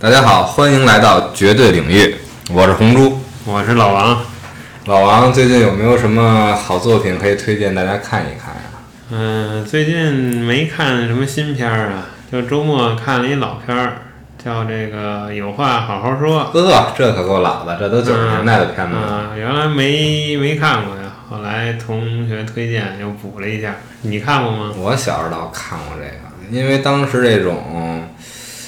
大家好，欢迎来到绝对领域，我是红猪。我是老王。老王最近有没有什么好作品可以推荐大家看一看啊呀、嗯、最近没看什么新片儿啊，就周末看了一老片儿，叫这个《有话好好说》。呃，这可够老的，这都九十年代的片子了。啊、原来没没看过呀，后来同学推荐又补了一下。你看过吗？我小时候倒看过这个，因为当时这种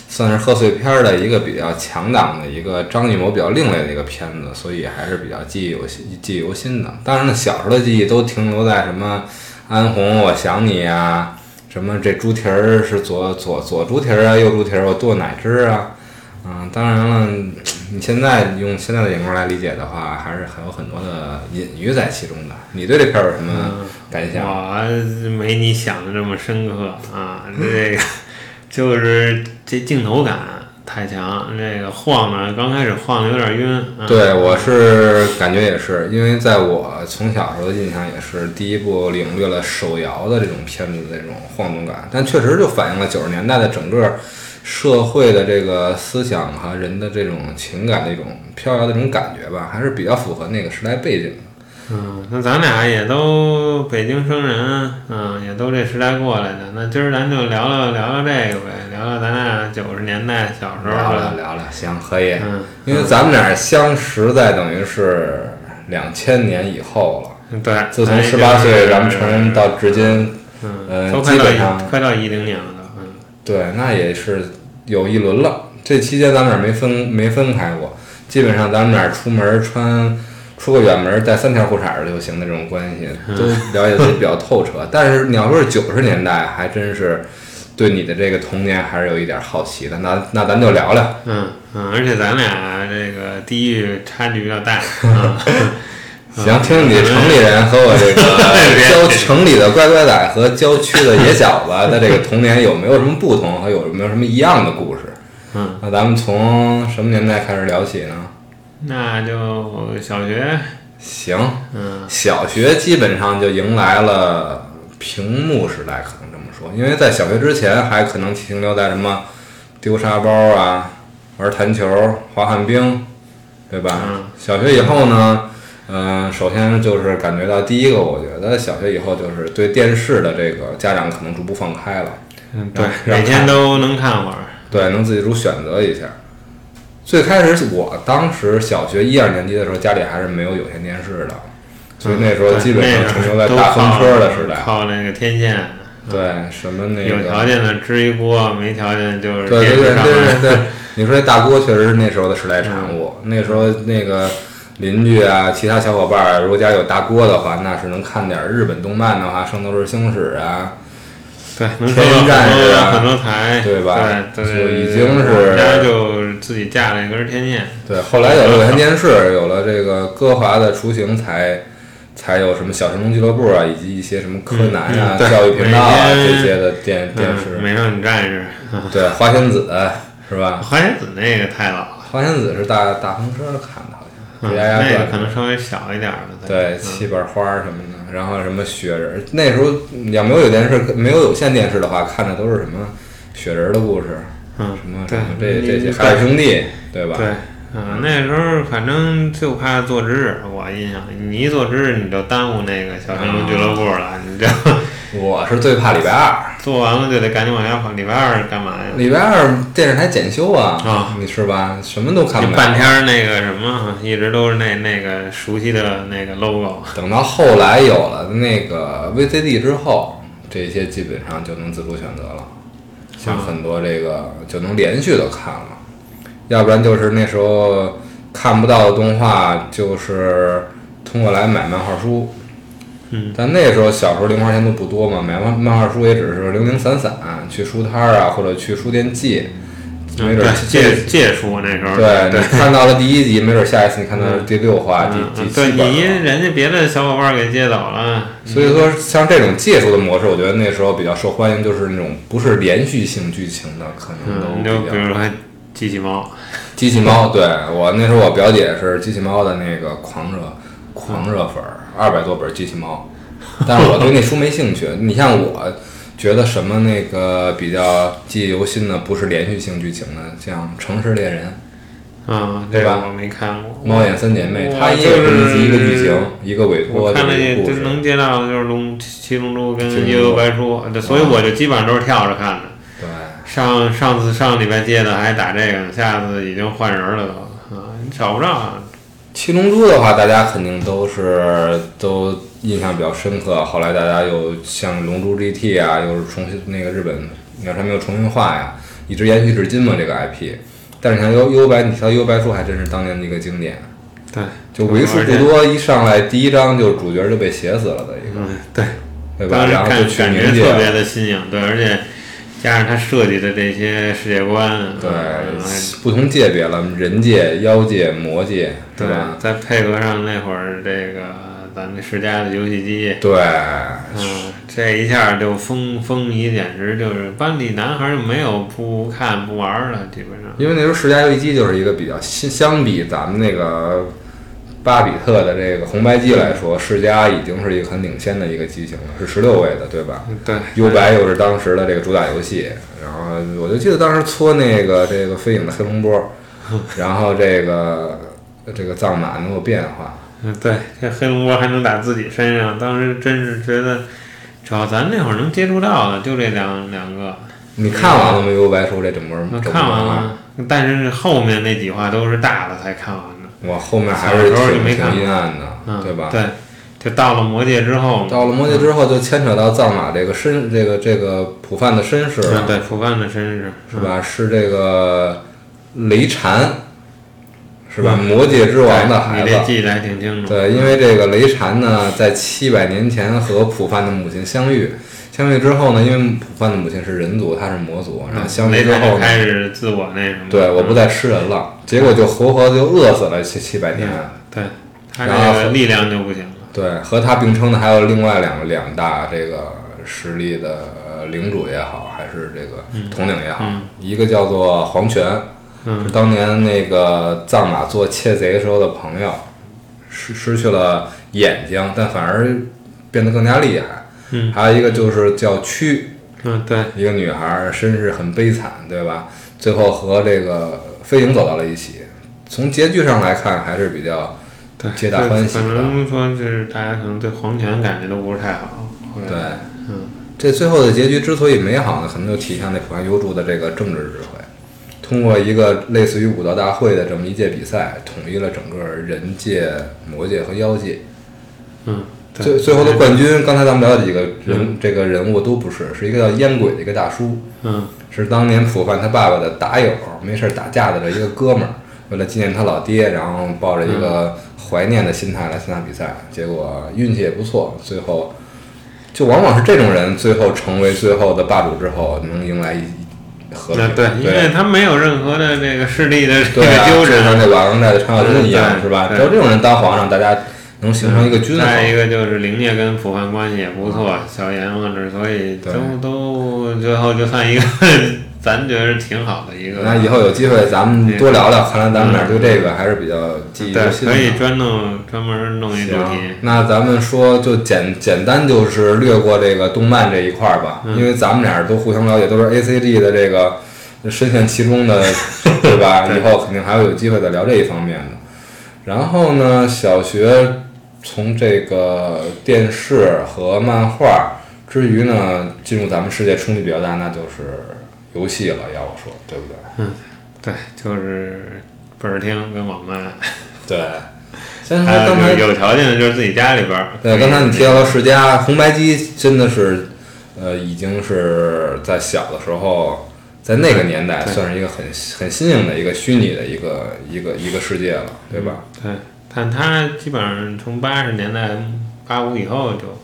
算是贺岁片儿的一个比较强档的一个张艺谋比较另类的一个片子，所以还是比较记忆犹新、记忆犹新的。当然了，小时候的记忆都停留在什么安红，我想你啊，什么这猪蹄儿是左左左猪蹄儿啊，右猪蹄儿，我剁哪只啊？嗯，当然了，你现在用现在的眼光来理解的话，还是还有很多的隐喻在其中的。你对这片儿有什么感想？我没你想的这么深刻啊，这个 就是这镜头感太强，这个晃呢，刚开始晃的有点晕。啊、对，我是感觉也是，因为在我从小时候的印象也是，第一部领略了手摇的这种片子的这种晃动感，但确实就反映了九十年代的整个社会的这个思想和人的这种情感的一种飘摇的这种感觉吧，还是比较符合那个时代背景的。嗯，那咱俩也都北京生人，嗯，也都这时代过来的。那今儿咱就聊聊聊聊这个呗，聊聊咱俩九十年代小时聊候聊的。聊聊，行，可以。嗯，因为咱们俩相识在等于是两千年以后了，哎对。自从咱十八岁就是咱们成人到至今，嗯，呃都快到基本上一快到一零年了都，嗯，对，那也是有一轮了。这期间咱们俩没分没分开过，基本上咱们俩出门穿出个远门带三条裤衩儿就行的这种关系，都了解的比较透彻。但是你要说是九十年代，还真是对你的这个童年还是有一点好奇的。那那咱就聊聊，嗯嗯，而且咱俩这个地域差距比较大啊。 行，听你城里人和我这个郊城里的乖乖仔和郊区的野小子的这个童年有没有什么不同，和有没有什么一样的故事？嗯，那咱们从什么年代开始聊起呢？那就小学，行，嗯小学基本上就迎来了屏幕时代，可能这么说，因为在小学之前还可能停留在什么丢沙包啊、玩弹球、滑旱冰，对吧？嗯小学以后呢，嗯、首先就是感觉到第一个，我觉得小学以后就是对电视的这个家长可能逐步放开了，嗯，对然后，每天都能看会儿。对，能自主选择一下。最开始我当时小学一二年级的时候，家里还是没有有线电视的，所以那时候嗯啊对基本上那时停候留在都大风车靠的时代。靠那个天线。对，什么那有条个，件的支一锅，没条件就是对对电视对上嗯对班。对对，你说这大锅确实是那时候的时代产物。那时候那个邻居啊，其他小伙伴儿，如果家有大锅的话，那是能看点日本动漫的话，《圣斗士星矢》啊，对，能收天到津很站是多吧很多台，对吧对就对，已经是我们家就自己架了一根天线。对，后来有了有线电视，有了这个歌华的雏形才。才有什么小神龙俱乐部啊，以及一些什么柯南啊、嗯对教育频道啊每这天些的电电嗯视，美少女战士，嗯对花仙子是吧？花仙子那个太老了，花仙子是大大风车看的，好像嗯是丫丫那转个的可能稍微小一点儿的。对，七瓣花儿什么的，然后什么雪人儿。那时候要没有有电视，没有有线电视的话，看的都是什么雪人儿的故事，嗯，什么什对么这这些你海尔兄弟，对吧？对，嗯，那时候反正就怕做值日，我印象，你一做值日你就耽误那个小神龙俱乐部了，你这我是最怕礼拜二， 做完了就得赶紧往家跑。礼拜二干嘛呀？礼拜二电视台检修啊，啊你是吧？什么都看就不半了。天儿那个什么，一直都是那那个熟悉的那个 logo。等到后来有了那个 VCD 之后，这些基本上就能自主选择了，像很多这个就能连续的看了，要不然就是那时候看不到的动画，就是通过来买漫画书。嗯，但那时候小时候零花钱都不多嘛，买漫漫画书也只是零零散散，去书摊儿啊，或者去书店借，没嗯，准儿对，借借书那时候。对你看到了第一集，没准儿下一次你看到了第六话、嗯第嗯第七对本儿你人家别的小伙伴儿给借走了，所以说，像这种借书的模式，我觉得那时候比较受欢迎，就是那种不是连续性剧情的，可能嗯，你都就比比较。如说机器猫，机器猫，对我那时候我表姐是机器猫的那个狂热狂热粉儿，二百多本机器猫，但是我对那书没兴趣。你像我觉得什么那个比较记忆犹新的，不是连续性剧情的，像《城市猎人》啊，这对个吧我没看过。《猫眼三姐妹》，我它也就是是一集一个剧情，一个委托我的看了一个就故就事。能接到的就是龙七龙珠跟七龙珠啊幽游白书，对所以我就基本上都是跳着看的。对，上上次上礼拜接的还打这个，下次已经换人了都啊，你找不着。七龙珠的话，大家肯定都是都印象比较深刻。后来大家又像《龙珠 GT》啊，又是重新那个日本鸟山明又重新画呀，一直延续至今嘛这个 IP。但是你像幽幽白，你像幽白书还真是当年的一个经典，对，就为数不多一上来第一章就主角就被写死了的一个，嗯，对，对吧？当时然后看就去感觉冥界特了。别的新颖，对，而且加上他设计的这些世界观，对嗯，不同界别了，人界、妖界、魔界，对对吧？，再配合上那会儿这个咱们世嘉的游戏机，对，嗯，这一下就风风靡，简直就是班里男孩儿就没有不看不玩儿的，基本上。因为那时候《世嘉游戏机》就是一个比较新，相比咱们那个巴比特的这个红白机来说，世嘉已经是一个很领先的一个机型了，是十六位的，对吧？对， U 白又是当时的这个主打游戏，然后我就记得当时搓那个这个飞影的黑龙 波，然后这个这个藏马能有变化，嗯，对，这黑龙波还能打自己身上，当时真是觉得，只要咱那会儿能接触到的，就这两两个，你看完了吗？幽白说这整个那整个嗯看完漫画了。但是后面那几话都是大了才看完的，我后面还是小时候就挺没看挺阴暗的，嗯，对吧？对，就到了魔界之后，到了魔界之后，就牵扯到藏马这个身，这个这个普范的身世嗯，了，对，普范的身世是？吧？是这个雷禅，是吧？魔界之嗯对王的孩你这子。记得还挺清楚。对，因为这个雷禅呢，在七百年前和普范的母亲相遇，相遇之后呢，因为普范的母亲是人族，他是魔族，然后相遇雷之塔后嗯就呢，开始嗯自我那什么，对，我不再吃人了，结果就活活就饿死了七七百年。对，他嗯然这后个力量就不行了，对，和他并称的还有另外两两大这个实力的呃领主也好，还是这个统领也好，一个叫做黄权，嗯是当年那个藏马做窃贼时候的朋友，失失去了眼睛，但反而变得更加厉害。嗯还有一个就是叫屈，嗯，对，一个女孩儿身世很悲惨，对吧？最后和这个飞影走到了一起。从结局上来看，还是比较对，皆大欢喜可吧能说就是大家可能对黄泉感觉都不是太好。或者对，嗯，这最后的结局之所以美好呢，可能就体现了普汉优助的这个政治智慧，通过一个类似于武道大会的这么一届比赛，统一了整个人界、魔界和妖界。嗯，对最最后的冠军，刚才咱们聊的几个人，这个人物都不是，是一个叫烟鬼的一个大叔，嗯，是当年普范他爸爸的打友，没事儿打架的这一个哥们儿，为了纪念他老爹，然后抱着一个嗯怀念的心态来参加比赛，结果运气也不错，最后就往往是这种人最后成为最后的霸主之后，能迎来一一和那平，对，因为他没有任何的这个势力的这对个啊，纠就像缠。那瓦岗寨的程咬金一样，对是吧？对嗯只有这种人当皇上，大家能形成一个均衡。再一个就是灵界跟普范关系也不错，小阎王这，所以啊对都都最后就算一个， 咱觉得挺好的一个。那以后有机会咱们多聊聊，看来咱们俩对这个还是比较记忆犹嗯对，新的可。以专弄专门弄一主行啊题。，那咱们说就简简单就是略过这个动漫这一块儿嗯吧，因为咱们俩都互相了解，都是 A C G 的这个 深陷其中 的，对吧？以后肯定还会有机会再聊这一方面的。然后呢，小学从这个电视和漫画之余呢，进入咱们世界冲击比较大，那就是游戏了。要我说，对不对？对，就是本儿厅跟网吧，对，先说还有刚就是才，有条件的就是自己家里边儿。对，刚才你提到了世嘉红白机，真的是，呃，已经是在小的时候，在那个年代算是一个很很新颖的一个虚拟的一个一个一个世界了，对吧？对，但他基本上从八十年代八五以后就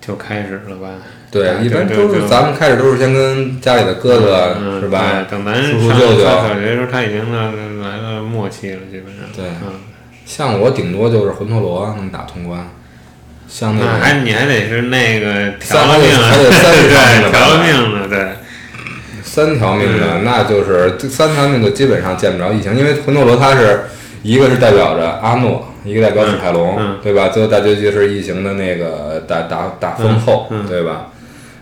就开始了吧？对，一般都就是咱们开始都是先跟家里的哥哥嗯、是吧？对等咱叔叔上舅舅上小学的时候，他已经到来到末期了，基本上。对嗯，像我顶多就是魂斗罗能打通关，像那那种还你还得是那个调三了命还得三十上的 对，吧调了命的，对。三条命的，那就是这三条命就基本上见不着异形，因为魂斗罗它是一个是代表着阿诺，一个代表史泰龙，嗯嗯对吧？最后大结局是异形的那个打打打封后，对吧？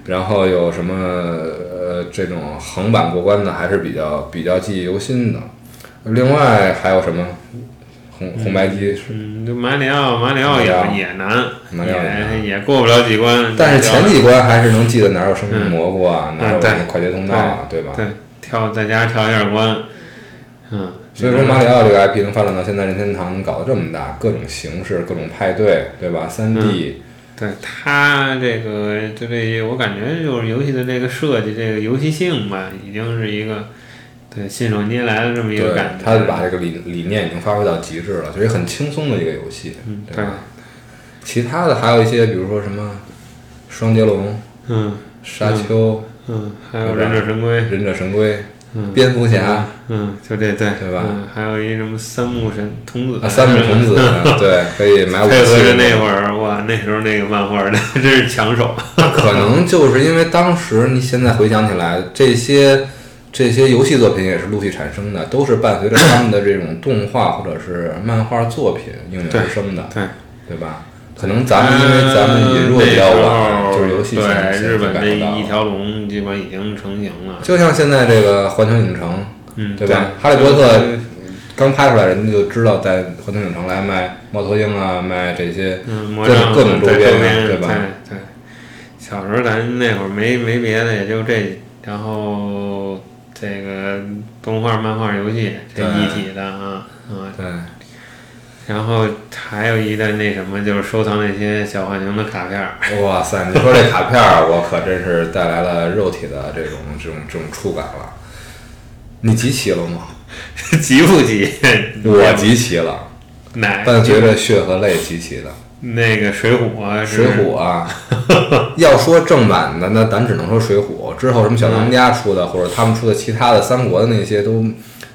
然后有什么呃这种横版过关的，还是比较比较记忆犹新的。另外还有什么红红白机？嗯，就马里奥，马里奥也马里奥也难，马里奥也也难也过不了几关。但是就前几关还是能记得哪有生命蘑菇啊，嗯哪有嗯对什么快捷通道啊，对吧？对跳在家跳一下关，嗯，所以说，马里奥这个 IP 能发展到现在，任天堂搞得这么大，各种形式、各种派对，对吧？三 D，、对它这个就这，我感觉就是游戏的这个设计，这个游戏性吧，已经是一个对信手拈来的这么一个对感，觉。他就把这个理理念已经发挥到极致了，就是很轻松的一个游戏，嗯对对吧？，其他的还有一些，比如说什么双截龙、嗯沙丘、嗯，还对有吧忍者神龟，忍者神龟、嗯，蝙蝠侠、嗯，就这对对吧嗯，还有一什么三木神童子，啊、三木童子，哎对，可以买武嗯配合着器。那会儿，哇，那时候 那个漫画的真是抢手。可能就是因为当时，你现在回想起来，这些这些游戏作品也是陆续产生的，都是伴随着他们的这种动画或者是漫画作品应运而生的，对，对吧？可能咱们因为咱们引入的比较晚，就是游戏先对先日本感这受到一。条龙基本已经成型了。就像现在这个环球影城，嗯，对对吧哈利波特刚拍出来，人家就知道在环球影城来卖猫头鹰啊，卖这些，嗯，魔各杖各种周对边周啊对吧对对，小时候咱那会儿没没别的，也就这，然后这个动画、漫画、游戏这对一体的啊啊，对，然后还有一个那什么，就是收藏那些小浣熊的卡片儿。 哇塞！你说这卡片儿，我可真是带来了肉体的这种这种这种触感了。你集齐了吗？急不急？我集齐了，哪？伴随着血和泪集齐的那个水浒啊， 《水是浒》 啊。要说正版的，那咱只能说《水浒》。之后什么嗯小当家出的，或者他们出的其他的三国的那些，都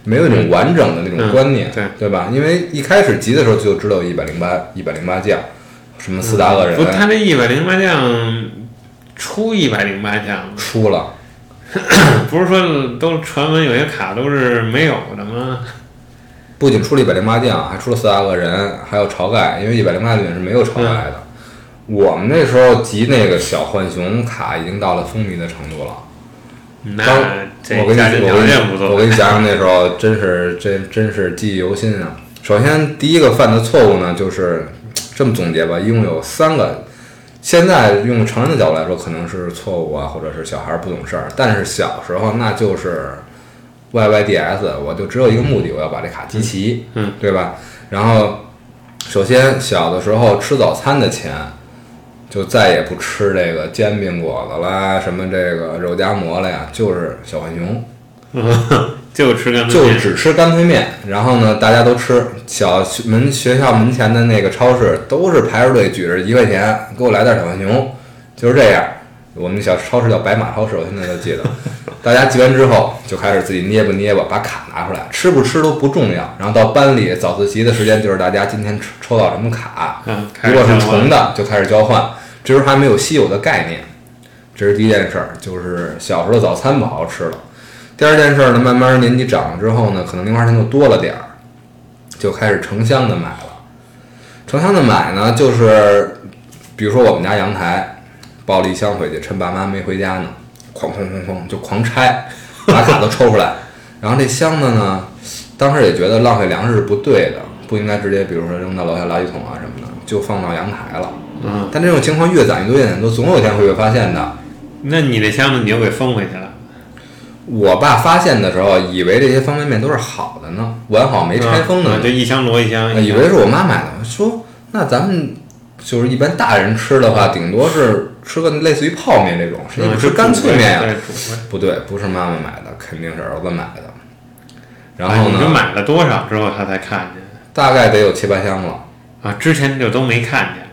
没有那种完整的那种观念，嗯对对吧？因为一开始集的时候就知道一百零八一百零八将，什么四大恶人不，他这一百零八将出一百零八将，出了，不是说都传闻有些卡都是没有的吗？不仅出了一百零八将，还出了四大恶人，还有晁盖，因为一百零八里面是没有晁盖的。我们那时候集那个小浣熊卡已经到了风靡的程度了。当那这我跟家你庭我条件不跟你我错，跟你讲讲那时候真是真真是记忆犹新啊。首先第一个犯的错误呢，就是这么总结吧，一共有三个。现在用成人的角度来说，可能是错误啊，或者是小孩儿不懂事儿。但是小时候那就是 YYDS，我就只有一个目的，我要把这卡集齐，嗯，对吧？然后，首先小的时候吃早餐的钱，就再也不吃这个煎饼果子啦，什么这个肉夹馍了呀，就是小浣熊，就吃干脆就面。嗯只吃干脆面。然后呢，大家都吃，小学门学校门前的那个超市都是排着队，举着一块钱给我来袋小浣熊，就是这样。我们小超市叫白马超市，我现在都 记得。大家集完之后就开始自己捏吧捏吧，把卡拿出来，吃不吃都不重要。然后到班里早自习的时间，就是大家今天抽抽到什么卡，嗯，如果是重的，就开始交换。这时候还没有稀有的概念，这是第一件事儿，就是小时候的早餐不好好吃了。第二件事儿呢，慢慢年纪长了之后呢，可能零花钱就多了点儿，就开始成箱的买了。成箱的买呢，就是比如说我们家阳台抱了一箱回去，趁爸妈没回家呢，哐哐哐哐就狂拆，把卡都抽出来。然后这箱子呢，当时也觉得浪费粮食是不对的，不应该直接比如说扔到楼下垃圾桶啊什么的，就放到阳台了。嗯，但这种情况越攒越多，越攒越多，总有一天会被发现的。那你这箱子你又给封回去了，我爸发现的时候，以为这些方便面都是好的呢，完好没拆封的啊呢，就一箱摞一箱，以为是我妈买的。我说那咱们就是一般大人吃的话，顶多是吃个类似于泡面这种，谁不嗯吃干脆面呀、对煮呗不对，不是妈妈买的，肯定是儿子买的。然啊后你就呢，买了多少之后他才看见大概得有七八箱了，啊？之前就都没看见。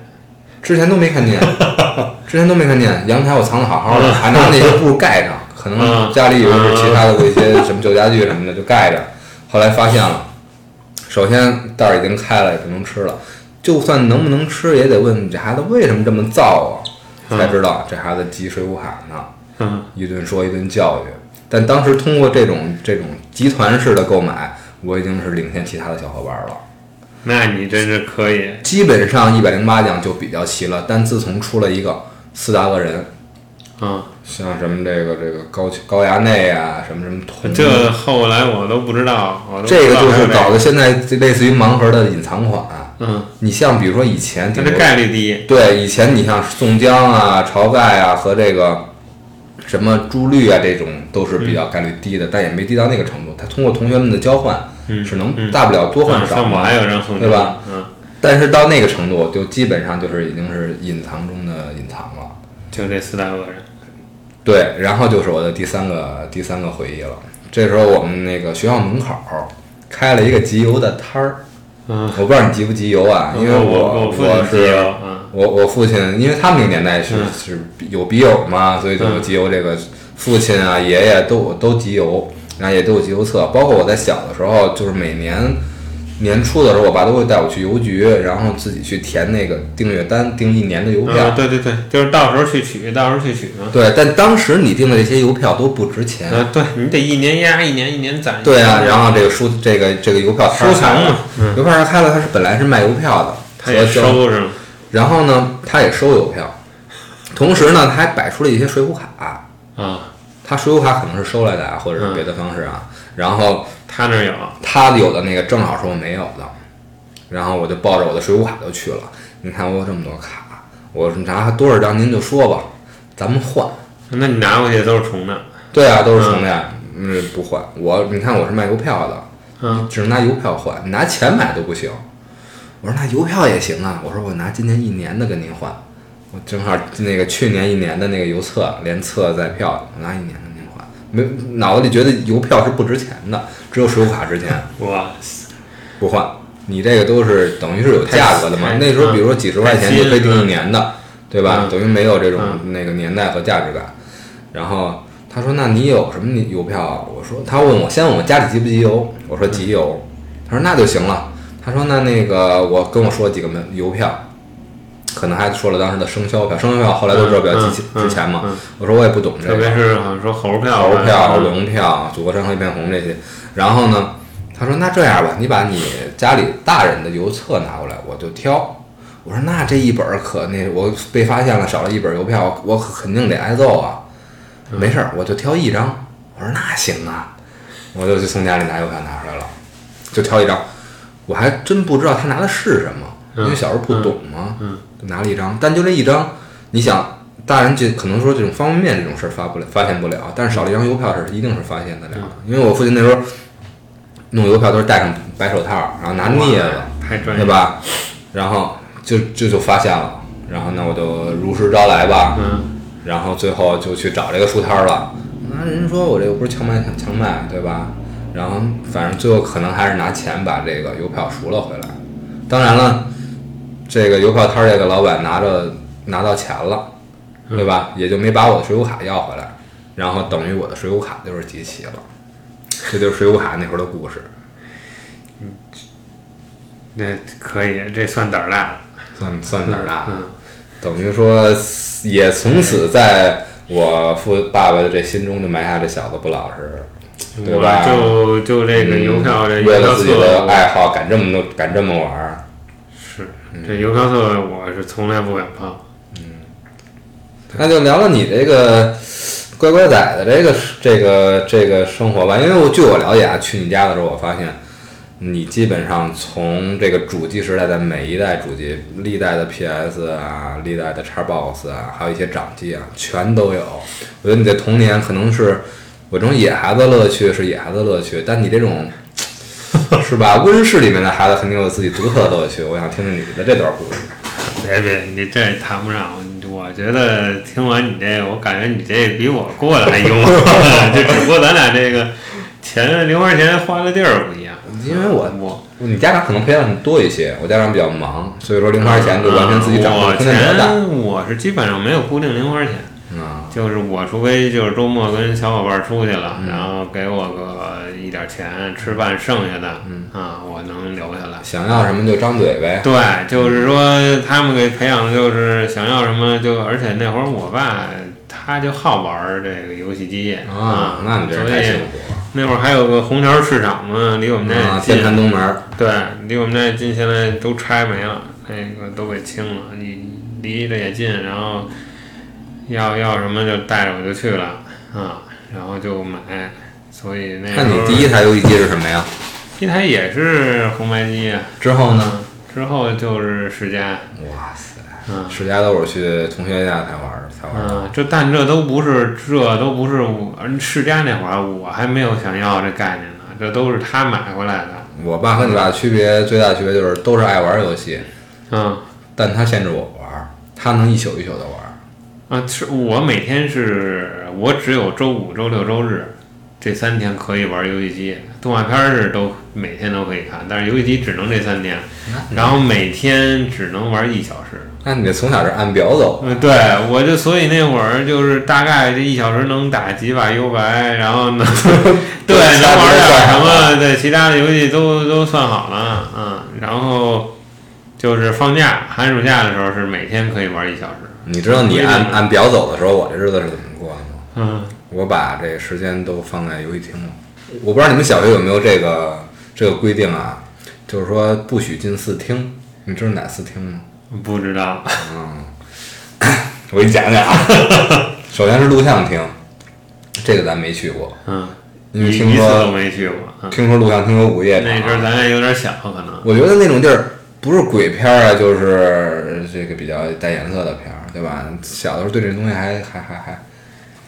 之前都没看见，之前都没看见。阳台我藏的好好的，还拿那些布盖上，可能嗯家里有是其他的一些什么旧家具什么的就盖着。后来发现了，首先袋儿已经开了，也不能吃了。就算能不能吃，也得问你这孩子为什么这么造啊？嗯才知道这孩子急水浒卡呢，嗯，一顿说一顿教育。但当时通过这种这种集团式的购买，我已经是领先其他的小伙伴了。那你真是可以。基本上一百零八将就比较齐了，但自从出了一个四大恶人，啊，像什么这个这个高高衙内啊，什么什么铜，这后来我都不知道，我都不这知个道就还有是这搞得现在就类似于盲盒的隐藏款。啊嗯，你像比如说以前它顶这多，概率低，对以前你像宋江啊、晁盖啊和这个什么朱绿啊这种都是比较概率低的，但也没低到那个程度。他通过同学们的交换，嗯，只能嗯大不了多换嗯少像我还有张宋对吧？嗯，但是到那个程度，就基本上就是已经是隐藏中的隐藏了。就这四大恶人，对，然后就是我的第三个第三个回忆了。这时候我们那个学校门口儿开了一个集邮的摊儿，嗯，我不知道你集不集邮啊，因为呃我我父亲是有，嗯我我父亲，因为他们那个年代是、是有笔友嘛，所以就嗯集邮这个父亲啊、爷爷都都集邮，然后也都有集邮册。包括我在小的时候，就是每年年初的时候，我爸都会带我去邮局，然后自己去填那个订阅单，订一年的邮票。嗯，对对对，就是到时候去取，到时候去取嘛。对，但当时你订的这些邮票都不值钱。嗯，对你得一年压，一年一年攒。对啊，然后后这个书这个这个邮票摊嗯收儿开藏了嘛，，嗯，邮票摊儿开了，它是本来是卖邮票的，他也所以就收着呢，然后呢，他也收邮票，同时呢，他还摆出了一些水浒卡，啊，他水浒卡可能是收来的啊，或嗯者是别的方式啊。然后他那儿有，他有的那个正好是我没有的，然后我就抱着我的水浒卡就去了。你看我有这么多卡，我拿多少张您就说吧，咱们换。那你拿回去都是重的，对啊，都是重的呀，嗯，不换。我你看我是卖邮票的，嗯，只能拿邮票换，你拿钱买都不行。我说拿邮票也行啊，我说我拿今年一年的跟您换，我正好那个去年一年的那个邮册连册带票，我拿一年跟您换，没脑子里觉得邮票是不值钱的，只有水浒卡值钱，哇，不换。你这个都是等于是有价格的嘛太？嗯那时候比如说几十块钱太新就可以订了一年的，对吧嗯？等于没有这种那个年代和价值感。然后他说：“那你有什么邮票啊？”我说：“他问我先问我家里集不集邮，我说集嗯邮。他说：“那就行了。”他说：“那那个我跟我说几个门邮票，可能还说了当时的生肖票，生肖票后来都知道比较值钱嗯嗯值钱嘛嗯嗯。我说我也不懂这特个别，是好像说猴票吧、猴票、嗯龙票、祖国山河一片红这些。然后呢，他说那这样吧，你把你家里大人的邮册拿过来，我就挑。我说那这一本儿可那我被发现了，少了一本邮票，我可肯定得挨揍啊。没事儿，我就挑一张。我说那行啊，我就去从家里拿邮票拿出来了，就挑一张。我还真不知道他拿的是什么，嗯因为小时候不懂嘛，嗯就拿了一张，但就这一张，你想，大人就可能说这种方便面这种事儿发不了，发现不了，但是少了一张邮票是一定是发现得了的，嗯因为我父亲那时候弄邮票都是戴上白手套，然后拿镊子，太专业对了，吧？然后就就就发现了，然后那我就如实招来吧，嗯，然后最后就去找这个书摊儿了。那人说我这个不是强卖强强卖，对吧？然后反正最后可能还是拿钱把这个邮票赎了回来。当然了，这个邮票摊儿这个老板拿着拿到钱了，对吧？也就没把我的水浒卡要回来，然后等于我的水浒卡就是集齐了。这就是水浒卡那会儿的故事，那可以，这算胆儿大的，算算哪儿大？嗯，等于说也从此在我父爸爸的这心中就埋下这小子不老实，对吧？我就就这个邮票，这嗯邮为票了自己册的我爱好敢这么弄敢这么玩儿，是嗯这邮票册，我是从来不敢碰。那就聊聊你这个乖乖仔的这个这个这个生活吧。因为我据我了解啊，去你家的时候，我发现你基本上从这个主机时代的每一代主机，历代的 PS 啊，历代的 Xbox 啊，还有一些掌机啊，全都有。我觉得你的童年可能是我这种野孩子乐趣是野孩子乐趣，但你这种。是吧？温室里面的孩子肯定有自己独特的乐趣。我想听听你的这段故事。别别，你这谈不上。我觉得听完你这，我感觉你这比我过得还 幽默，就只不过咱俩这个钱零花钱花的地儿不一样。嗯因为我我你家长可能培养你多一些，我家长比较忙，所以说零花钱就完全自己掌控我空间比较大。钱啊我是基本上没有固定零花钱，啊，就是我除非就是周末跟小伙伴出去了，嗯然后给我个一点钱吃饭剩下的，嗯啊，我能留下来。想要什么就张嘴呗。对，就是说他们给培养的就是想要什么就，而且那会儿我爸他就好玩儿这个游戏机啊，那你这所人太幸以福那会儿还有个红桥市场嘛，离我们了家也啊！近，天坛东门儿，对，离我们家也近，现在都拆没了，那个都给清了，离离着也近，然后要要什么就带着我就去了啊，然后就买，所以那那时你候第一台游戏机是什么呀？一台也是红白机啊，之后呢？之后就是世嘉，哇塞，嗯世嘉都是去同学家才玩儿才玩儿。嗯，这但这都不是，这都不是我嗯世嘉那会儿，我还没有想要这概念呢，这都是他买回来的。我爸和你爸区别最大的区别就是都是爱玩儿游戏，嗯但他限制我玩儿，他能一宿一宿的玩儿。啊，是我每天是我只有周五、周六、周日这三天可以玩游戏机，动画片儿是都每天都可以看，但是游戏机只能这三天，然后每天只能玩一小时。那你得从小是按表走，嗯，对，我就所以那会儿就是大概这一小时能打几把幽白，然后 呢，对，其能他玩都算点什好么，对，其他的游戏都都算好了，嗯，然后就是放假寒暑假的时候是每天可以玩一小时，你知道你按嗯按表走的时候，我这日子是怎么过的吗？嗯，我把这时间都放在游戏厅了。我不知道你们小学有没有这个这个规定啊，就是说不许进四厅。你知道哪四厅吗？不知道，我给你讲 讲啊。首先是录像厅，这个咱没去过，嗯，因为一听一次都说哎没去过，嗯，听说录像厅有午夜那时候场，啊咱还有点小，可能，我觉得那种地儿不是鬼片儿啊，就是这个比较带颜色的片儿，对吧？小的时候对这东西还还还还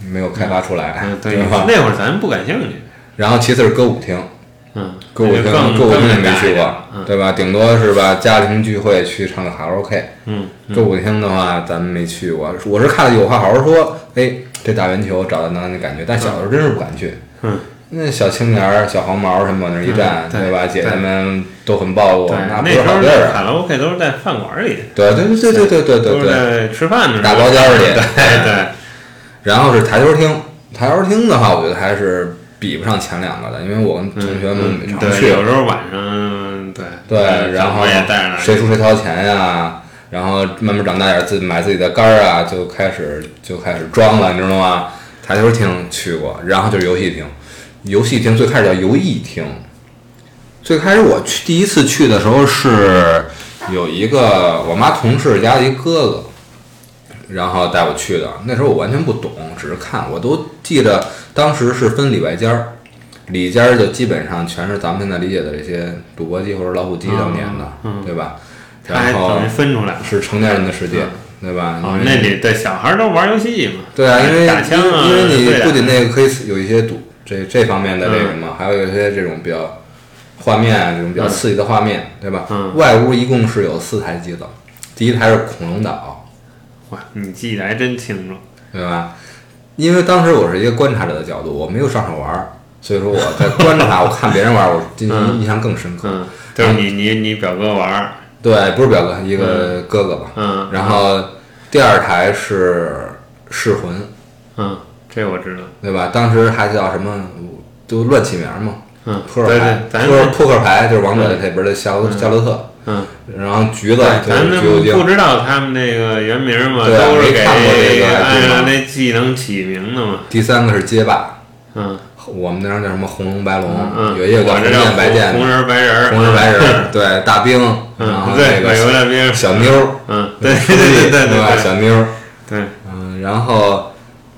没有开发出来，嗯，对，哎对吧？那会儿咱不感兴趣，然后其次是歌舞厅， 嗯，歌舞厅那就更歌舞厅也没更大一去点过了，嗯对吧？顶多是吧家庭聚会去唱个卡拉 OK。嗯，歌舞厅的话，咱们没去过，我是看了有话好好说，哎，这打圆球找到当那感觉，但小时候真是不敢去。嗯，那小青年儿、小黄毛什么往那儿一站，嗯对对吧？姐姐对们都很暴露，嗯对，那不那是时好候地儿那啊。卡拉 OK 都是在饭馆里。对对对对对对对都是对。在吃饭的时候嗯打包间儿里哎对对，然后是台球厅，台球厅的话，我觉得还是比不上前两个的，因为我跟同学们嗯常对，去。有时候晚上对对，然后我也带着谁输谁掏钱呀、然后慢慢长大点，自己买自己的杆儿啊，就开始就开始装了，你知道吗？台球厅去过，然后就是游戏厅，游戏厅最开始叫游艺厅，最开始我去第一次去的时候是有一个我妈同事家的一哥哥，然后带我去的。那时候我完全不懂，只是看，我都记着当时是分里外间儿，里间儿就基本上全是咱们现在理解的这些赌博机或者老虎机当年的，嗯嗯对吧？他还然后等于分出来了。是成年人的世界，对吧？哦因，为那里对小孩儿都玩游戏嘛，对啊，因为打枪啊，因为对你啊嗯不仅那个可以有一些赌这这方面的这个嘛，还有一些这种比较画面啊，这种比较刺激的画面，对吧？嗯外屋一共是有四台机子，第一台是恐龙岛，哇，你记得还真清楚。对吧？因为当时我是一个观察者的角度，我没有上手玩儿，所以说我在观察，我看别人玩儿，我印印象更深刻。嗯，就是你你你表哥玩儿，对，不是表哥，一个哥哥吧。嗯然后第二台是噬魂，嗯，这我知道。对吧？当时还叫什么，都乱起名儿嘛。嗯，扑对克牌对，，咱扑克们扑克牌就是王者里边的夏洛夏洛特，嗯，然后橘子对，就咱是橘右们京，不知道他们那个原名嘛，对啊都是没给看过这个按对吧照那技能起名的嘛。第三个是街霸，嗯我们那张叫什么红龙白龙，嗯，有一个叫我红这叫剑白剑，红红人儿白人儿，人白人，对大兵，然后嗯，那对，个美小国大兵，小妞儿，嗯，对对对对对吧？对小妞儿，对，嗯，然后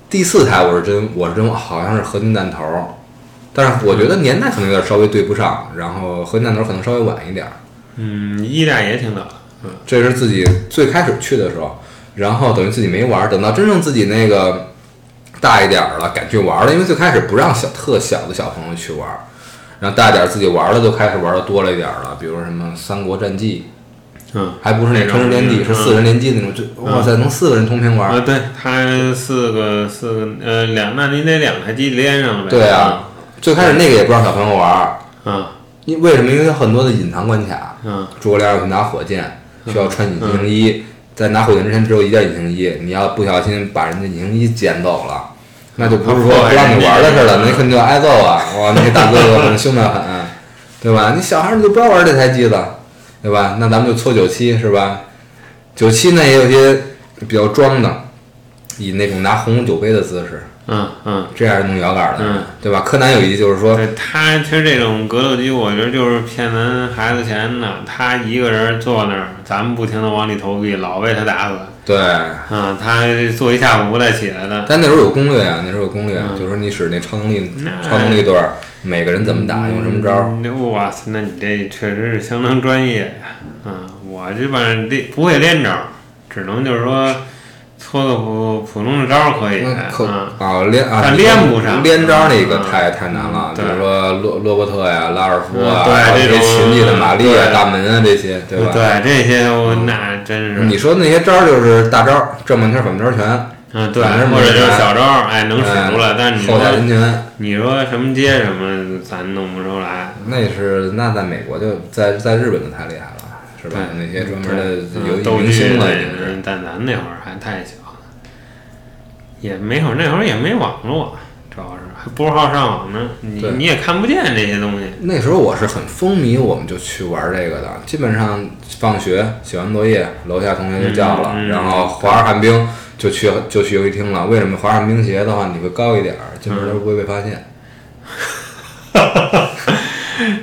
第四台我是真我是真好像是合金弹头儿，但是我觉得年代可能有点稍微对不上，然后合金弹头儿可能稍微晚一点儿。嗯，一代也挺早的，这是自己最开始去的时候，然后等于自己没玩儿，等到真正自己那个大一点儿了，敢去玩儿了，因为最开始不让小特小的小朋友去玩儿，然后大一点儿自己玩儿了，就开始玩的多了一点儿了，比如什么《三国战记嗯》，，还不是那纯人联机，嗯是四人联机那种，就哇塞，能四个人同屏玩啊，儿，对，他四个四个呃两，那你得两台机连上了呗，对啊，最开始那个也不让小朋友玩儿，嗯，因为什么？因为有很多的隐藏关卡，嗯诸葛亮要去拿火箭，需要穿隐形衣，在拿火箭之前只有一件隐形衣，你要不小心把人家隐形衣捡走了，那就不是说啊不让你玩的事儿了，嗯你肯定要挨揍啊！哇，那些大哥哥可能凶得很，嗯对吧？你小孩儿你就不要玩这台机子，对吧？那咱们就搓九七是吧？九七呢也有些比较装的，以那种拿红酒杯的姿势，嗯嗯，这样弄摇杆的，嗯对吧？柯南有一集就是说，对他其实这种格斗机，我觉得就是骗咱孩子钱的，他一个人坐那儿，咱们不停的往里投币，老被他打死，对，嗯，他做一下午不带起来的。但那时候有攻略啊，那时候有攻略，嗯哎就是说你使那超能力那超能力段儿，每个人怎么打，用什么招儿，嗯？哇塞，那你这确实是相当专业呀。嗯，我这反正练不会练招儿，只能就是说搓个普普通的招儿可以。那可嗯，啊连啊但练不上连招儿那个嗯太太难了，嗯比对如说罗罗伯特呀、拉尔夫啊，嗯对还有这些种琴技的玛丽啊、对大门啊这些，对吧？嗯对这些我那真是，你说那些招儿就是大招儿，正半天反半天全，嗯，对，反正或者就是没啥小招儿，哎，能使出来。嗯但是你后说打人拳，你说什么接什么，咱弄不出来。那是那在美国就在在日本就太厉害了，是吧？对那些专门的对嗯游斗戏明剧星了那已经是，但咱那会儿还太小了，也没有那会儿也没网络，主要是还拨号上网呢，你对你也看不见这些东西。 那时候我是很风靡，我们就去玩这个的。基本上放学写完作业，楼下同学就叫了，嗯嗯然后滑着旱冰就去就去游戏厅了。为什么滑着旱冰鞋的话，你会高一点儿，嗯进门都不会被发现？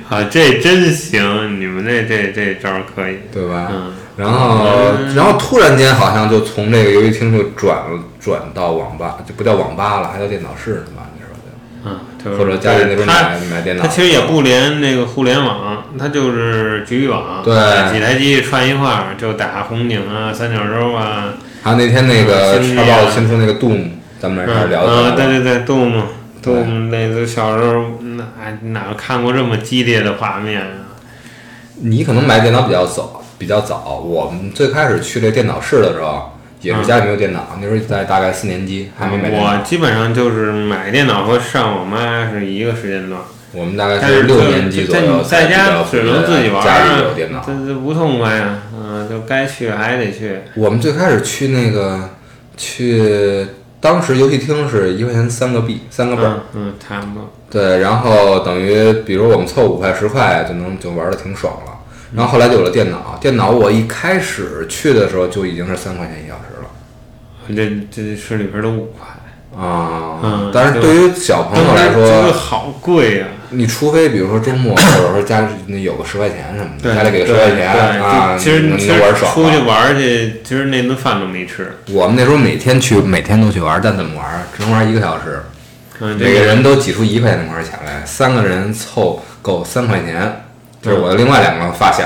啊，这真行，你们这这这招儿可以。对吧？嗯，然后，然后突然间好像就从这个游戏厅就转了，转到网吧，就不叫网吧了，还叫电脑室呢吧？你说的，嗯，就是或者家里那边他买买电脑他，其实也不连那个互联网，他就是局域网，对几台机串一块儿就打红警啊、三角洲啊，还有那天那个嗯新插的爆呀新出那个 Doom，咱们那块儿聊嗯的嗯，对对对，Doom Doom 那个小时候哪哪看过这么激烈的画面啊？你可能买电脑比较早，比较早。我们最开始去这电脑室的时候，也是家里没有电脑，那时候在大概四年级，还没买电脑。嗯我基本上就是买电脑和上网吧是一个时间段，我们大概但是六就年级左在右才在比家较只能自己玩家里儿有电脑啊，。这这不痛快呀，嗯，就该去还得去，我们最开始去那个去，当时游戏厅是一块钱三个币，三个本儿。嗯嗯，差不多，对，然后等于比如我们凑五块十块就能就玩的挺爽了。然后后来就有了电脑，电脑我一开始去的时候就已经是三块钱一小时了。这这是里边都五块，啊、嗯但是就对于小朋友来当时觉得说，好贵啊呀。你除非比如说周 末，或者说家里那有个十块钱什么对的，家里给个十对块钱对啊，就其实能其能玩实爽出去了。玩儿去，其实那顿饭都没吃。我们那时候每天去，每天都去玩，但怎么玩？只能玩一个小时，嗯，这每个人都挤出一块钱的块钱来，三个人凑够三块钱。这是我的另外两个发小，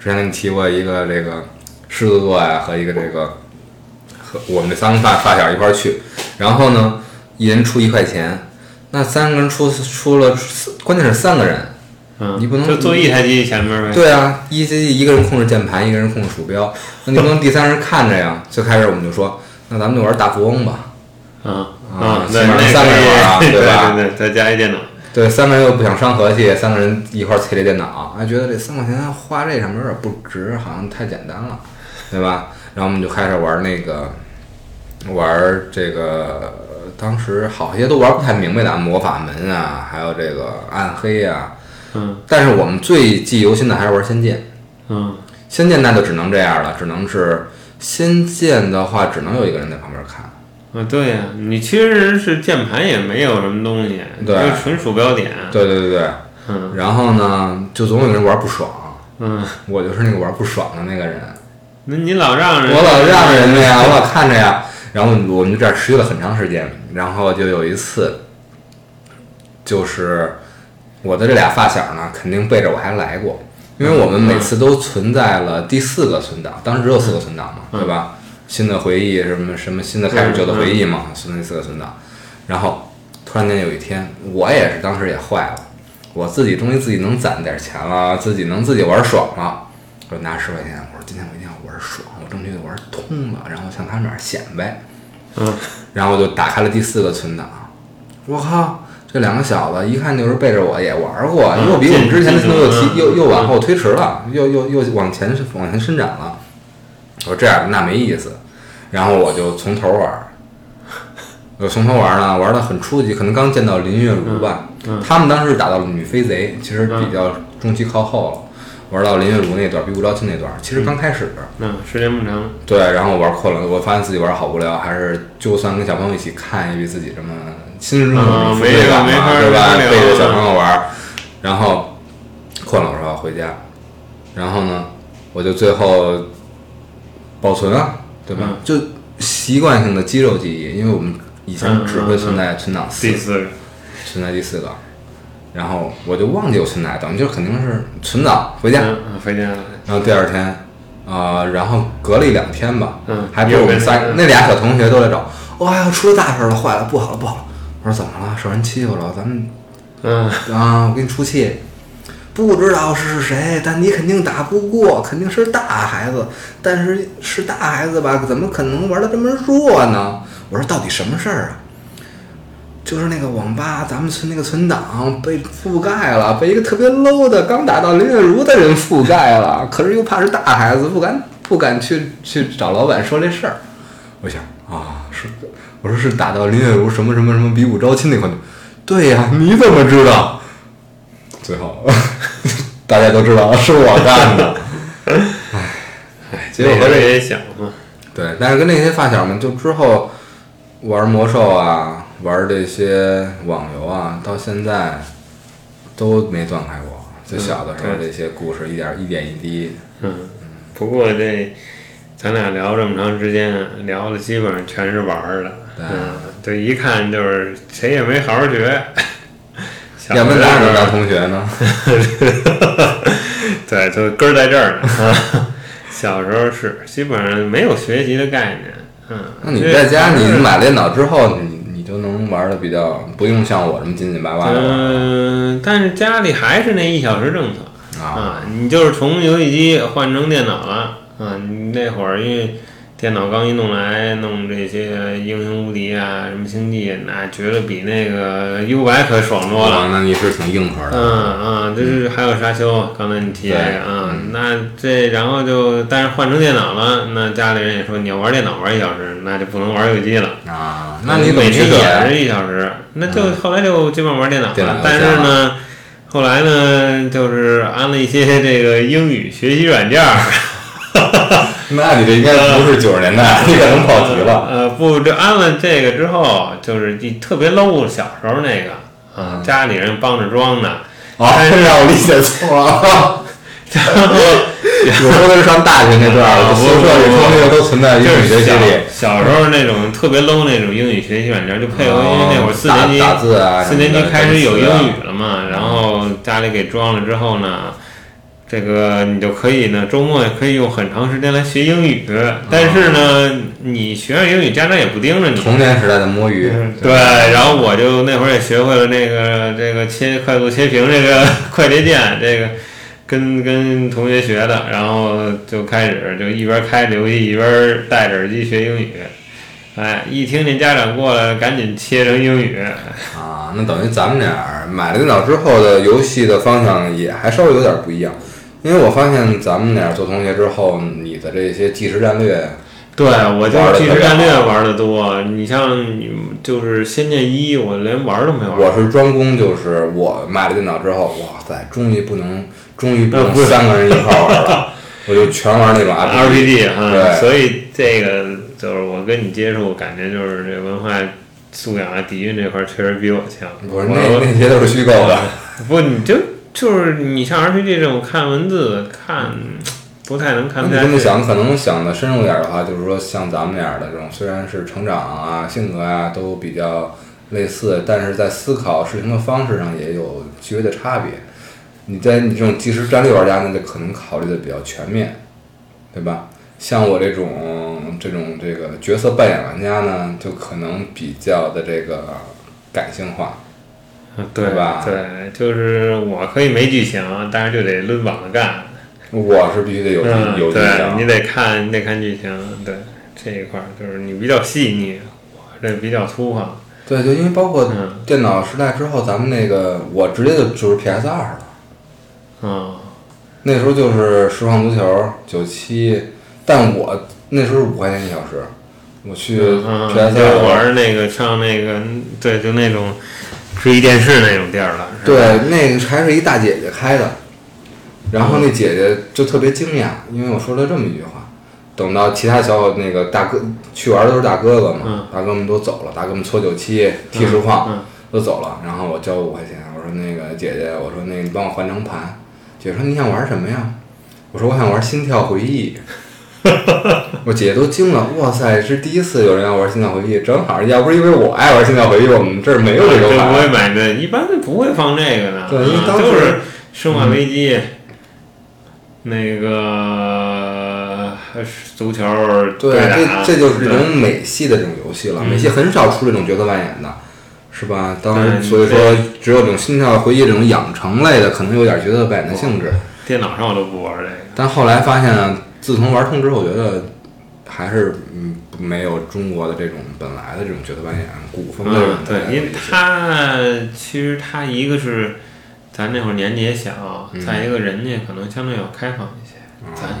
之前跟你提过一个这个狮子座呀、和一个这个和我们这三个发发小一块儿去，然后呢，一人出一块钱，那三个人出出了四，关键是三个人，嗯，你不能就坐一台机器前面呗。对啊，一一一个人控制键盘，一个人控制鼠标，那你不能第三人看着呀。最开始我们就说，那咱们就玩大富翁吧。嗯啊对，起码那三个人玩啊可以对吧对对，再加一电脑。对，三个人又不想伤和气，三个人一块儿切这电脑，哎还觉得这三块钱花这上面有点不值，好像太简单了，对吧？然后我们就开始玩那个，玩这个，当时好些都玩不太明白的魔法门啊，还有这个暗黑啊。嗯但是我们最记忆犹新的还是玩仙剑。嗯仙剑那就只能这样了，只能是仙剑的话，只能有一个人在旁边看。啊，对呀，你其实是键盘也没有什么东西，对就纯鼠标点。对对对对，嗯然后呢，就总有人玩不爽，嗯，我就是那个玩不爽的那个人，那你老让人，我老让人家 呀，我老看着呀，然后我们就这样持续了很长时间，然后就有一次，就是我的这俩发小呢，肯定背着我还来过，因嗯为我们每次都存在了第四个存档，当时只有四个存档嘛，对吧？新的回忆什么什么新的开始，嗯旧的回忆嘛，存那四个存档。然后突然间有一天，我也是当时也坏了，我自己终于自己能攒点钱了，自己能自己玩爽了。我就拿十块钱，我说今天我一定要玩爽，我争取得玩通了，然后向他们那儿显摆。嗯然后我就打开了第四个存档，我靠，这两个小子一看就是背着我也玩过，嗯又比我们之前的进都又进提又嗯又往后推迟了，又又又往前往前伸展了。我说这样那没意思，然后我就从头玩儿， 我从头玩儿呢，玩的很初级，可能刚见到林月如吧，嗯他们当时打到了女飞贼，其实比较中期靠后了。玩到林月如那段，比武招亲那段，其实刚开始，嗯，时间不长。对，然后我玩扩了，我发现自己玩好无聊，还是就算跟小朋友一起看，也比自己这么亲身中有嗯负罪感没法嘛，没法对吧？没法聊背着小朋友玩，然后困了，我说要回家，然后呢，我就最后保存啊，对吧？嗯就习惯性的肌肉记忆，因为我们以前只会存在存档四嗯第，四个，存在第四个，然后我就忘记我存在，等于就肯定是存档回家，嗯，嗯回家了，然后第二天，啊，然后隔了一两天吧，嗯还不是我们仨有人那俩小同学都来找，哇、要出了大事了，坏了，不好了，不好了！我说怎么了？受人欺负了？咱们嗯，啊，我给你出气。不知道是谁，但你肯定打不过，肯定是大孩子。但是是大孩子吧，怎么可能玩的这么弱呢？我说到底什么事儿啊？就是那个网吧，咱们存那个存档被覆盖了，被一个特别 low 的刚打到林月如的人覆盖了。可是又怕是大孩子，不敢不敢去去找老板说这事儿。我想啊，是我说是打到林月如什么什么什么比武招亲那 款。对呀、你怎么知道？最后大家都知道是我干的。唉，结果每和个这人也想嘛，对，但是跟那些发小们，就之后玩魔兽啊，玩这些网游啊，到现在都没断开过。就小的时候嗯这些故事，一点一点一滴，嗯，不过这咱俩聊这么长时间，聊的基本上全是玩儿的，对嗯，这一看就是谁也没好好 学，小要不然哪有那么时候当同学呢？ 对，就根儿在这儿呢。 啊小时候是基本上没有学习的概念，嗯。那你这在家你买了电脑之后，你你就能玩的比较，不用像我这么紧紧巴巴的嗯、但是家里还是那一小时政策啊。啊，你就是从游戏机换成电脑了啊。你那会儿因为电脑刚一弄来，弄这些英雄无敌啊，什么星际，那觉得比那个 U 白可爽多嗯了。哇，啊那你是挺硬核的。嗯嗯，就是还有沙丘，啊刚才你提这对个啊，那这然后就，但是换成电脑了，那家里人也说你要玩电脑玩一小时，那就不能玩游戏机了。啊，那你怎么嗯每取天舍也呀？是一小时，那就后来就基本上玩电脑嗯电脑了就。但行是呢，后来呢，就是安了一些这个英语学习软件儿，那你这应该不是九十年代，嗯你可能跑题了。呃，不，这安了这个之后，就是一特别 low，小时候那个嗯啊，家里人帮着装的。哦，让我理解错啊 了。我说的是上大学那段儿，啊宿舍里头那个都存在英 就是语学习小里，小时候那种特别 low 那种英语学习软件儿，就配合，因为那会儿四打年级哦打字啊，四年级什么的啊开始有英语了嘛，然后家里给装了之后呢，这个你就可以呢，周末也可以用很长时间来学英语。但是呢，你学上英语，家长也不盯着你。童年时代的摸鱼，嗯对，然后我就那会儿也学会了那个这个切快速切屏这个快捷键，这个跟跟同学学的，然后就开始就一边开着游戏一边戴着耳机学英语。哎，一听见家长过来，赶紧切成英语。啊，那等于咱们俩买了电脑之后的游戏的方向也还稍微有点不一样，因为我发现咱们俩做同学之后，你的这些即时战略，对，我就玩得即特别时战略好玩的多。你像你就是《仙剑一》，我连玩都没玩。我是专攻，就是我买了电脑之后，哇塞，终于不能，终于不呃能不是三个人一块儿玩了，我就全玩 那种啊 RPG。 RPG 哈，对啊所以这个就是我跟你接触，感觉就是这文化素养啊、底蕴这块儿确实比我强。不我是那那些都是虚构的，不，你就就是你像 RPG 这种看文字看不太能看那你不这么下想，去。可能想的深入点儿的话，就是说像咱们俩的这种，虽然是成长啊、性格啊都比较类似，但是在思考事情的方式上也有巨微的差别。你在你这种即时战略玩家，那就可能考虑的比较全面，对吧？像我这种这种这个角色扮演玩家呢，就可能比较的这个感性化。啊对对吧对，就是我可以没剧情，但是就得抡膀子干。我是必须得有嗯，有力对量你，得看，你得看剧情，对这一块儿就是你比较细腻，我这比较粗犷。对，就因为包括嗯电脑时代之后，咱们那个我直接就就是 PS 二了。嗯，那时候就是实况足球九七，但我那时候是五块钱一小时，我去嗯， PS 就二、玩那个上那个，对，就那种是一电视那种地儿了。是吧，对，那个还是一大姐姐开的，然后那姐姐就特别惊讶，因为我说了这么一句话。等到其他小伙那个大哥去玩的都是大哥哥嘛，嗯大哥们都走了，大哥们搓九七、踢实况，嗯都走了，然后我交五块钱，我说那个姐姐，我说那个 你帮我换张盘。姐说你想玩什么呀？我说我想玩《心跳回忆》。我姐都惊了，哇塞，是第一次有人要玩心跳回避，正好，要不是因为我爱玩心跳回避，我们这儿没有这就种不版。会买的，一般都不会放这个的，对因为啊当时就是《生化危机》那个呃足球对，啊打，这这就是这啊对种美系的这种游戏了，嗯美系很少出这种角色扮演的，是吧？当对时所以说，只有这种心跳回忆这种养成类的，可能有点角色扮演的性质。电脑上我都不玩这个。但后来发现，啊自从玩通之后，我觉得还是嗯没有中国的这种本来的这种角色扮演古风的这种嗯，本来对，的因为游戏他其实他一个是咱那会儿年纪也小，嗯再一个人家可能相对要开放一些，咱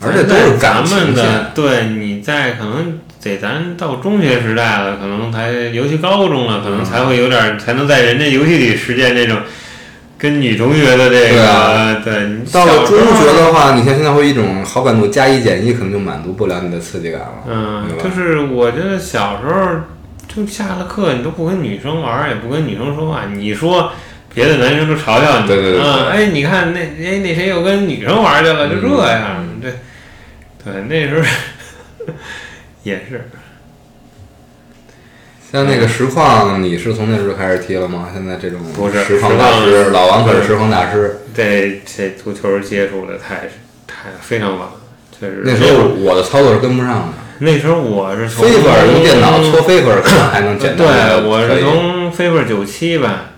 而且都是咱感们情线的，对你在可能得咱到中学时代了，可能才尤其高中了，可能才会有点嗯儿才能在人家游戏里实践这种跟女同学的这对个啊，对，你到了小时中候学的话，你像现在会一种好感度加一减一，可能就满足不了你的刺激感了。嗯对，吧就是我觉得小时候就下了课，你都不跟女生玩儿，也不跟女生说话，你说别的男生都嘲笑你，对对对嗯，哎，你看那哎那谁又跟女生玩儿去了，就嗯这样，对，对，那时候 也是，像那个实况，你是从那时候开始踢了吗？现在这种不是实况大实师，况老王可是实况大师。这这足球接触的太太非常晚了，确实那时候我的操作是跟不上的，那时候我是从飞粉儿用电脑搓飞粉儿可能还能简单点。嗯对，我可是以从 Faber 九七吧，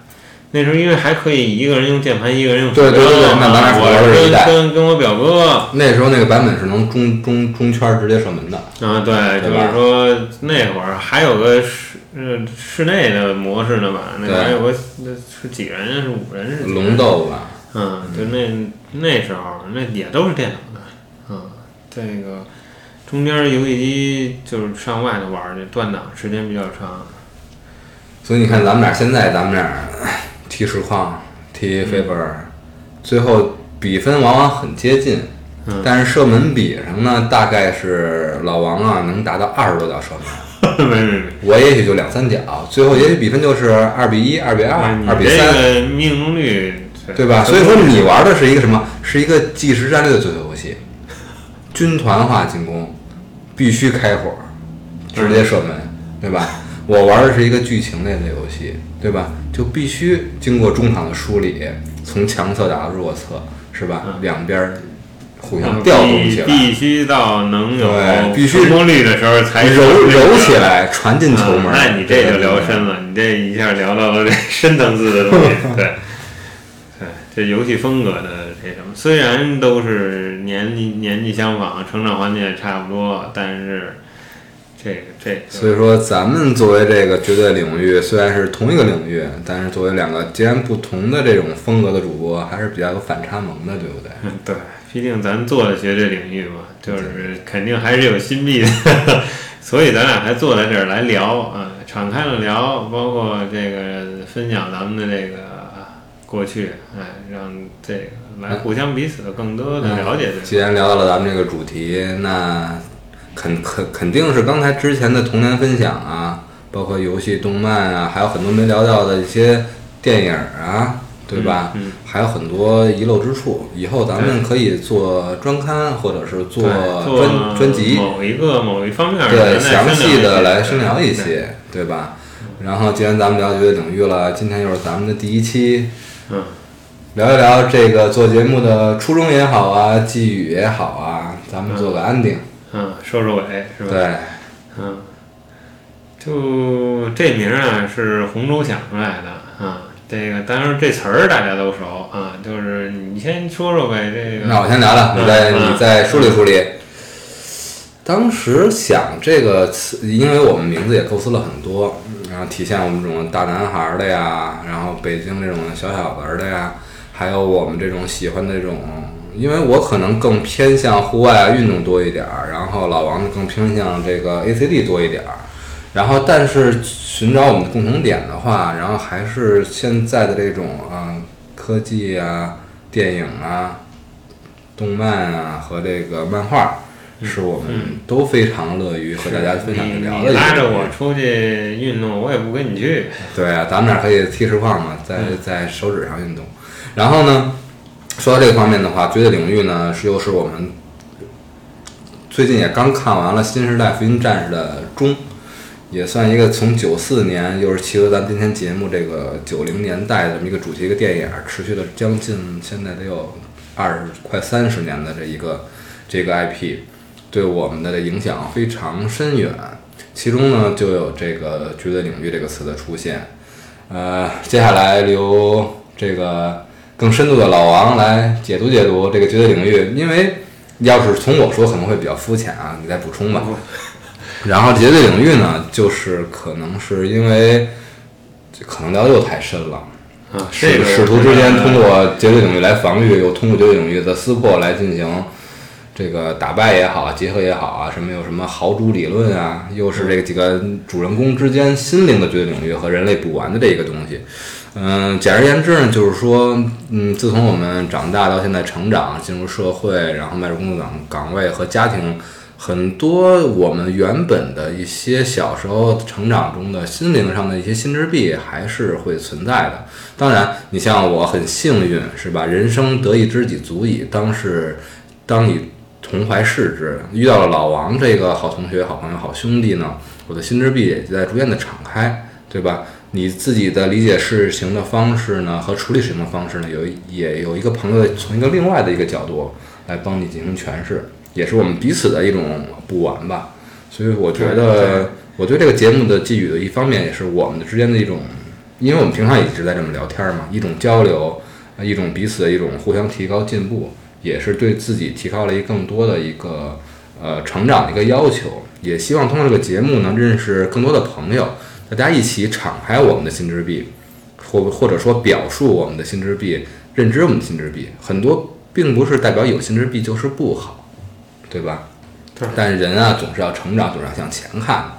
那时候因为还可以一个人用键盘，一个人用对对对鼠标对那咱俩我鼠标是一代跟跟跟我表哥，那时候那个版本是能中中中圈儿直接射门的。啊对，就对吧是说那会儿还有个室呃室内的模式呢吧，那对还有个那是几个人是五人是几个人龙，斗吧，嗯，就那那时候那也都是电脑的，嗯，这个中间游戏机就是上外头玩儿去，断档时间比较长，所以你看咱们俩现在咱们俩唉踢实况嗯踢飞本儿，最后比分往往很接近。嗯但是射门比上呢，大概是老王啊能达到二十多脚射门，没没没。我也许就两三脚，最后也许比分就是二比一、二比二啊、你二比这三，个命中率对吧？所以说你玩的是一个什么？是一个计时战略的足球游戏，军团化进攻，必须开火，直接射门，对吧？我玩的是一个剧情类的游戏，对吧？就必须经过中场的梳理，从强侧打到弱侧，是嗯吧？两边儿互相调动起来，必须到能有对必须成功率的时候才揉揉起来来，传进球门。嗯那哎你这就聊深了，你这一下聊到了这深层次的东西，对。对，这游戏风格的这什么，虽然都是年纪年纪相仿，成长环境也差不多，但是这个这个所以说，咱们作为这个绝对领域，虽然是同一个领域，但是作为两个截然不同的这种风格的主播，还是比较有反差萌的，对不对？嗯， 对，毕竟咱做的绝对领域嘛，就是肯定还是有新币的， 所以咱俩才坐在这儿来聊啊，敞开了聊，包括这个分享咱们的这个啊过去，哎，让这个嗯来互相彼此更多的了解对既然聊到了咱们这个主题，那肯肯肯定是刚才之前的童年分享啊，包括游戏、动漫啊，还有很多没聊到的一些电影啊，对吧？嗯嗯还有很多遗漏之处，以后咱们可以做专刊，或者是做对做专专辑，某一个某一方面儿对，咱再详细的来深深聊一对些，对吧？然后，既然咱们聊绝对领域了，今天又是咱们的第一期，嗯，聊一聊这个做节目的初衷也好啊，寄语也好啊，咱们做个安定。嗯，收收尾是吧？对，嗯，就这名儿啊是洪州想出来的啊。这个当然这词儿大家都熟啊，就是你先说说呗，这个那我先聊聊，你再嗯你再梳理梳理。当时想这个词，因为我们名字也构思了很多，然后体现我们这种大男孩儿的呀，然后北京这种小小子儿的呀，还有我们这种喜欢的这种，因为我可能更偏向户外啊运动多一点儿，然后老王更偏向这个 ACD 多一点儿，然后但是寻找我们的共同点的话，然后还是现在的这种啊、科技啊、电影啊、动漫啊和这个漫画，是我们都非常乐于和大家分享嗯你着聊你的一拉个着领我域。出去运动，我也不跟你去。对啊，咱们俩可以踢实况嘛，在在手指上运动。然后呢，说到这个方面的话，绝对领域呢是又是我们最近也刚看完了《新时代福音战士》的中，也算一个从九四年，又是契合咱今天节目这个九零年代的这么一个主题一个电影，持续了将近现在得有二十快三十年的这一个这个 IP，对我们的影响非常深远。其中呢，就有这个“绝对领域”这个词的出现。呃，接下来留这个更深度的老王来解读解读这个绝对领域，因为要是从我说可能会比较肤浅啊，你再补充吧。然后绝对领域呢，就是可能是因为这可能聊得又太深了，啊，这使个使徒之间通过绝对领域来防御，又通过绝对领域的撕破来进行这个打败也好，结合也好啊，什么有什么豪猪理论啊，又是这几个主人公之间心灵的绝对领域和人类补完的这一个东西。嗯，简而言之呢，就是说，嗯，自从我们长大到现在成长，进入社会，然后迈入工作岗岗位和家庭，很多我们原本的一些小时候成长中的心灵上的一些心之壁，还是会存在的。当然，你像我很幸运，是吧？人生得一知己足矣，当是当你同怀视之，遇到了老王这个好同学、好朋友、好兄弟呢，我的心之壁也在逐渐的敞开，对吧？你自己的理解事情的方式呢，和处理事情的方式呢，有一也有一个朋友的从一个另外的一个角度来帮你进行诠释，也是我们彼此的一种补完吧。所以我觉得，我对这个节目的寄予的一方面，也是我们之间的一种，因为我们平常也一直在这么聊天嘛，一种交流，呃一种彼此的一种互相提高进步，也是对自己提高了一个更多的一个呃成长的一个要求。也希望通过这个节目能认识更多的朋友，大家一起敞开我们的心之壁，或或者说表述我们的心之壁，认知我们的心之壁。很多并不是代表有心之壁就是不好，对吧？对但人啊，总是要成长，总是要向前看的。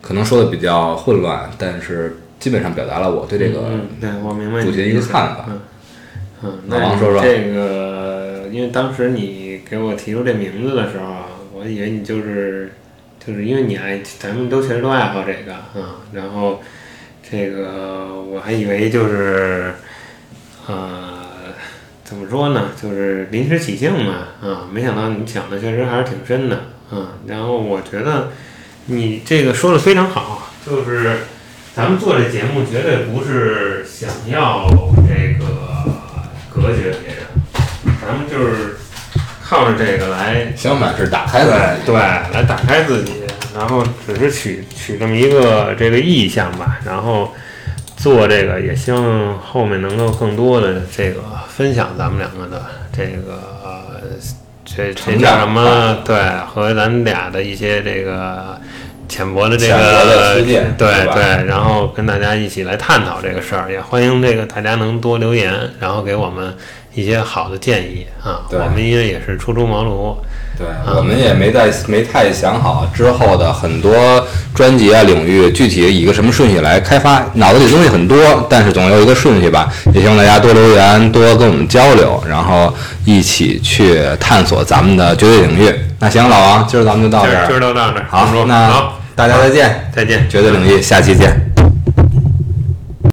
可能说的比较混乱，但是基本上表达了我对这个嗯，嗯对我明白你主题的一意个思看法。嗯嗯，老那王说说这个，因为当时你给我提出这名字的时候啊，我以为你就是就是因为你爱，咱们都确实都爱好这个啊、嗯然后这个我还以为就是呃怎么说呢，就是临时起兴嘛啊、没想到你想的确实还是挺深的啊、嗯然后我觉得你这个说的非常好，就是。咱们做这节目绝对不是想要这个隔绝别人，咱们就是靠着这个来，相反是打开对的，对，哎来打开自己，然后只是取取这么一个这个意向吧，然后做这个也希望后面能够更多的这个分享咱们两个的这个。呃这这成叫长啊什么？对，和咱俩的一些这个浅薄的这浅薄个的推荐对对吧对，然后跟大家一起来探讨这个事儿，也欢迎这个大家能多留言，然后给我们一些好的建议啊。对我们因为也是初出茅庐，对，我们也没在没太想好之后的很多专辑啊领域具体以一个什么顺序来开发，脑子里东西很多，但是总有一个顺序吧。也希望大家多留言，多跟我们交流，然后一起去探索咱们的绝对领域。那行，老王，今儿咱们就到今这儿今儿儿。就到这儿，好说，那好，大家再见，再见，绝对领域，下期见。